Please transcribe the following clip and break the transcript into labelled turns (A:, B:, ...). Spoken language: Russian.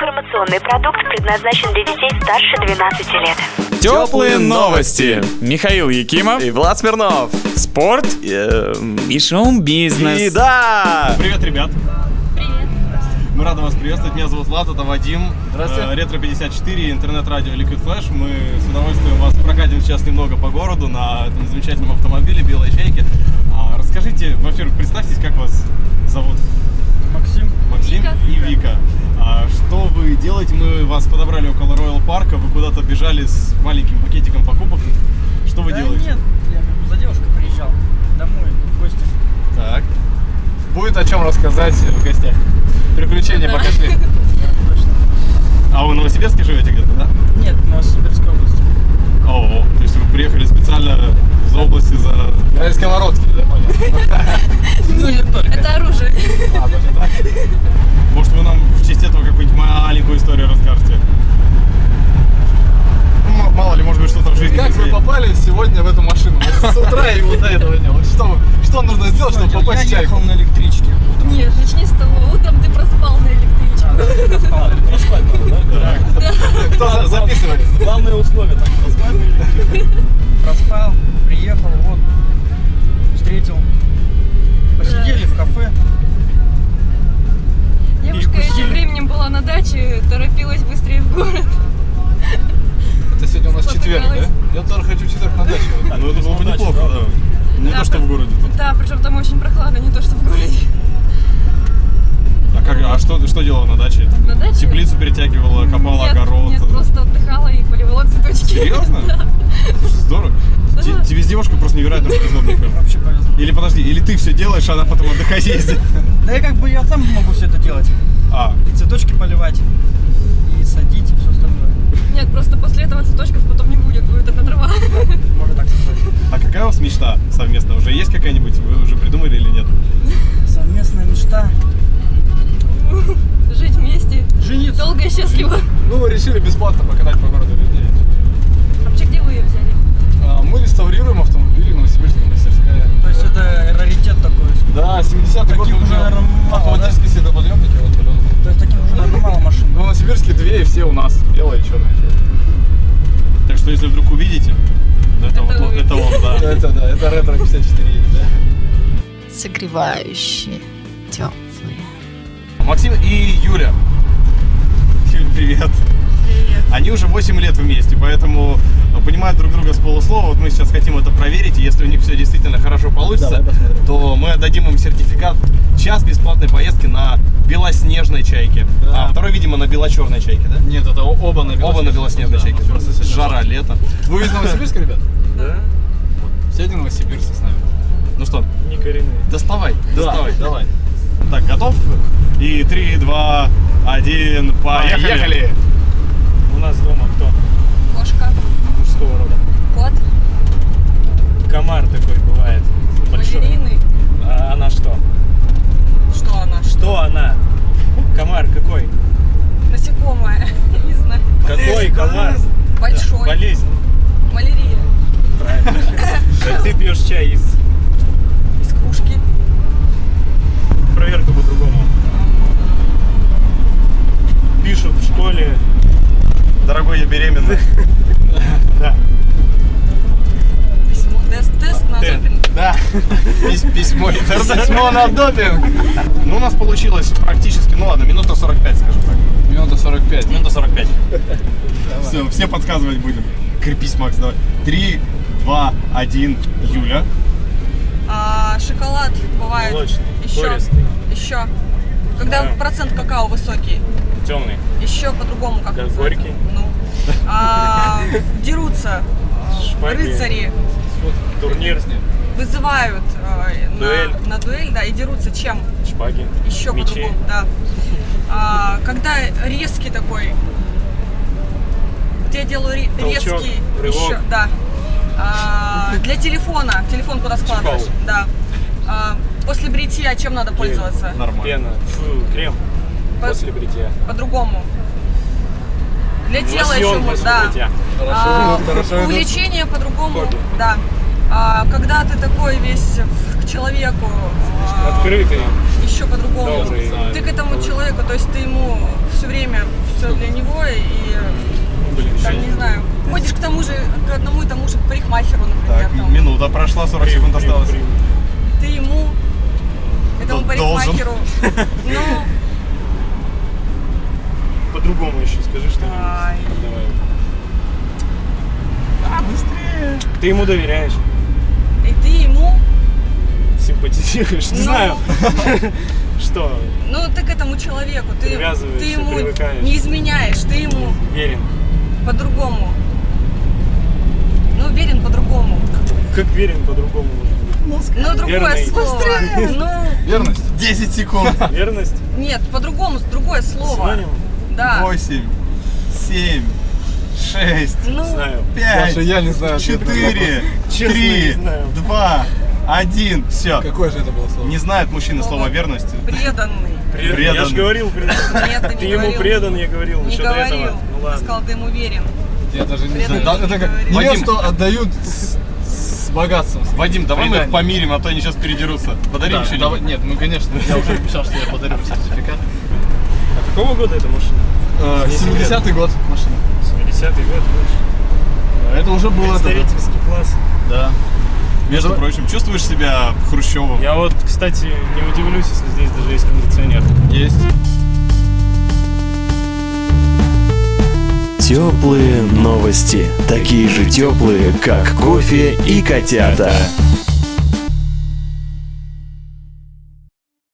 A: Информационный продукт предназначен для детей старше 12 лет.
B: Теплые новости. Михаил Якимов,
C: И Влад Смирнов.
B: спорт
C: И, эм,
B: и шоу-бизнес.
C: и да!
D: Привет, ребят! Привет! Мы рады вас приветствовать. Меня зовут Влад, это Вадим. Здравствуйте. Ретро 54, интернет-радио Liquid Flash. Мы с удовольствием вас прокатим сейчас немного по городу на этом замечательном автомобиле белой чайки. А, расскажите, во-первых, представьтесь, как вас зовут?
E: Максим,
D: Максим и Вика. А, что вы делаете? Мы вас подобрали около Royal парка, вы куда-то бежали с маленьким пакетиком покупок. Что вы
E: да
D: делаете?
E: нет, я как бы за девушкой приезжал домой в гости.
D: Так,
F: Будет о чем рассказать.
D: в гостях.
F: Приключения пошли.
E: Точно.
D: А вы в Новосибирске живете где-то, да?
E: Нет, в Новосибирской области.
D: О, то есть вы приехали специально из области за...
F: Я из Сковородки, да, понял?
G: Это оружие.
F: А, даже так.
D: Может, вы нам в честь этого какую-нибудь маленькую историю расскажете? Ну, м- мало ли, может быть, что-то в жизни.
F: Как вы
D: людей.
F: попали сегодня в эту машину? Вот С утра и вот до этого не было. Что, вы- что нужно сделать,
D: Ну,
F: чтобы
E: Я
F: попасть в
E: ехал
F: чайку?
E: на электричке утром.
G: Нет, начни с того, утром ты проспал на электричке.
E: А, да, спал. Проспать надо, да?
F: Кто за- записывает?
D: Главное условие так
E: Проспал, приехал, вот, встретил. Посидели в кафе.
G: Девушка
E: Перекусили.
G: этим временем была на даче, торопилась быстрее в город.
F: Это сегодня у нас четверг, да? Я тоже хочу в четверг на дачу.
D: Ну, это было бы неплохо, да. Не
G: Да,
D: то, что
G: про-
D: в городе тут.
G: Да, причем там очень прохладно, не то что в городе.
D: А, как, а что, что делала на даче?
G: На даче?
D: Теплицу перетягивала, копала
G: Нет,
D: огород.
G: Нет, просто отдыхала и поливала цветочки.
D: Серьезно? Слушай, Здорово. Те-
G: Да.
D: Тебе с девушкой просто невероятно повезло, мне кажется.
E: Вообще повезло.
D: Или подожди, или ты все делаешь, а она потом отдыхать ездит.
E: Да я как бы я сам могу все это делать.
D: А,
E: И цветочки поливать, и садить, и все остальное.
G: Нет, просто после этого цветочков потом не будет, будет одна трава.
E: Можно так сказать.
D: а какая у вас мечта совместная? Уже есть какая-нибудь? Вы уже придумали или нет?
E: Совместная мечта.
G: Жить вместе.
E: Жениться.
G: Долго и счастливо. А
F: Ну, мы решили бесплатно покатать по городу людей.
G: Вообще, где вы ее взяли?
F: А, Мы реставрируем автомобили Новосибирская мастерская.
E: То есть это раритет такой.
F: Да, 70-й год
E: Таких уже, наверное, мало, да?
F: автоматические сердоподъемники. Вот, пожалуйста.
E: То есть таких уже, наверное, мало машин.
F: В Новосибирске две и все у нас. Белая и черная.
D: Так что, если вдруг увидите, это, вот-
G: Это
D: вот-
G: вы.
D: это он, да.
F: Это да, это ретро 54 да?
H: согревающие, теплые.
F: Максим и Юля.
D: Юль, привет. Они уже 8 лет вместе, поэтому э, понимают друг друга с полуслова. Вот мы сейчас хотим это проверить, и если у них все действительно хорошо получится,
F: Давай посмотрим.
D: то мы отдадим им сертификат час бесплатной поездки на белоснежной чайке.
F: Да.
D: А второй, видимо, на белочерной чайке, да?
F: Нет, это оба на
D: Оба на белоснежной чайке.
F: просто сегодня
D: Жара, лето.
F: Вы из Новосибирска, ребят? Да. Сегодня Новосибирск с нами.
D: Ну что? Не коренные. Доставай, доставай.
F: давай.
D: Так, готов? И 3, 2, 1, поехали.
F: Поехали!
I: У нас дома кто?
G: Кошка,
I: Мужского рода.
G: кот,
I: Комар такой бывает. Большой.
G: балерины.
I: А она что?
G: Что она?
I: Что она? Комар какой?
G: Насекомое. Не знаю.
I: Какой комар?
G: Большой.
I: Болезнь.
G: Малярия.
I: Так ты пьешь чай из...
G: Из кружки.
I: Проверка по-другому. Пишут в школе.
D: Дорогой, я беременна.
G: Письмо. Тест, тест
D: А,
G: надо.
D: Да. Письмо.
F: Письмо на допинг!
D: Ну, у нас получилось практически, ну ладно, минута 45, скажем так.
F: Минута 45.
D: Минута 45. Все, все подсказывать будем. Крепись, Макс, давай. Три, два, один, Юля.
G: А, шоколад бывает
I: Молочный,
G: еще.
I: пористый.
G: Еще. Когда
I: Да.
G: процент какао высокий.
I: Темный.
G: Еще по-другому как
I: Да,
G: называется.
I: горький.
G: Ну. А, дерутся. а,
I: Шпаги.
G: Рыцари
I: Турнир.
G: вызывают э, на-
I: Дуэль.
G: на дуэль, да, и дерутся чем?
I: Шпаги.
G: Еще
I: Мечи.
G: по-другому, да. А, когда резкий такой, вот я делаю ре-
I: Толчок,
G: резкий,
I: рывок.
G: еще, да. А, для телефона, телефон куда складываешь,
I: Шпагу.
G: да. А, после бритья чем надо пользоваться?
D: Нормально.
I: Пена. Фу, крем.
G: По-
I: После бритья.
G: По-другому. Для тела
I: Лосьон
G: еще можно,
I: после
G: да.
I: бритья.
G: А,
F: Хорошо, идут, хорошо идут.
G: увлечение по-другому,
I: Хобби.
G: да. А, когда ты такой весь к человеку, а,
I: Открытый.
G: еще по-другому.
I: Добрый.
G: Ты к этому человеку, то есть ты ему все время, все такое, и там, не знаю, ходишь к тому же, к одному и тому же к парикмахеру, например,
D: Так,
G: там.
D: минута прошла, 40 секунд осталось.
G: ты ему, этому
D: Д- должен.
G: парикмахеру, ну,
I: По-другому еще скажи что-нибудь.
G: Ай.
I: Давай. А, быстрее. Ты ему доверяешь,
G: и ты ему,
I: симпатизируешь, не
G: Ну.
I: знаю. Что,
G: ну, ты к этому человеку, ты,
I: Привязываешься,
G: ты ему
I: привыкаешь.
G: не изменяешь, ты ему
I: верен?
G: по-другому, ну, верен по-другому,
I: Как верен по-другому может быть?
G: но другое
I: Верный.
G: слово, ну,
F: Верность?
D: 10 секунд.
I: Верность?
G: нет, по-другому, другое слово,
I: Синоним?
G: да,
D: 8, 7, 6,
G: ну,
I: Знаю.
D: 5,
F: Саша, я не знаю. ответ на этот
D: 4,
F: вопрос.
I: Честно,
D: 3,
I: не знаю.
D: 2, 1. Все.
F: Какое же это было слово?
D: Не знает мужчина слово верность.
G: преданный,
I: Я
D: Предан.
I: же говорил, предан.
G: нет, ты не
I: Ты ему
G: говорил.
I: предан, я говорил,
G: Не
I: еще до
G: говорил,
I: этого. Ну
G: ты
I: ладно.
G: сказал, ты ему верен.
F: Я даже не
G: Преданный
F: знаю. Да, Это как
G: говорит.
F: невесту отдают с с богатством.
D: Вадим, давай мы
F: Предание.
D: их помирим, а то они сейчас передерутся. Подарим
F: Да,
D: что-нибудь.
F: давай- Нет, ну конечно, я уже обещал, что я подарю сертификат.
I: Какого года эта машина?
D: А,
F: Э, 70-й год машина.
I: 70-й год, больше.
F: Это уже было... это, да.
I: Представительский класс.
F: Да.
D: Между прочим, чувствуешь себя Хрущевым?
I: Я вот, кстати, не удивлюсь, если здесь даже есть кондиционер.
D: Есть.
C: Теплые новости. Такие же теплые, как кофе и котята.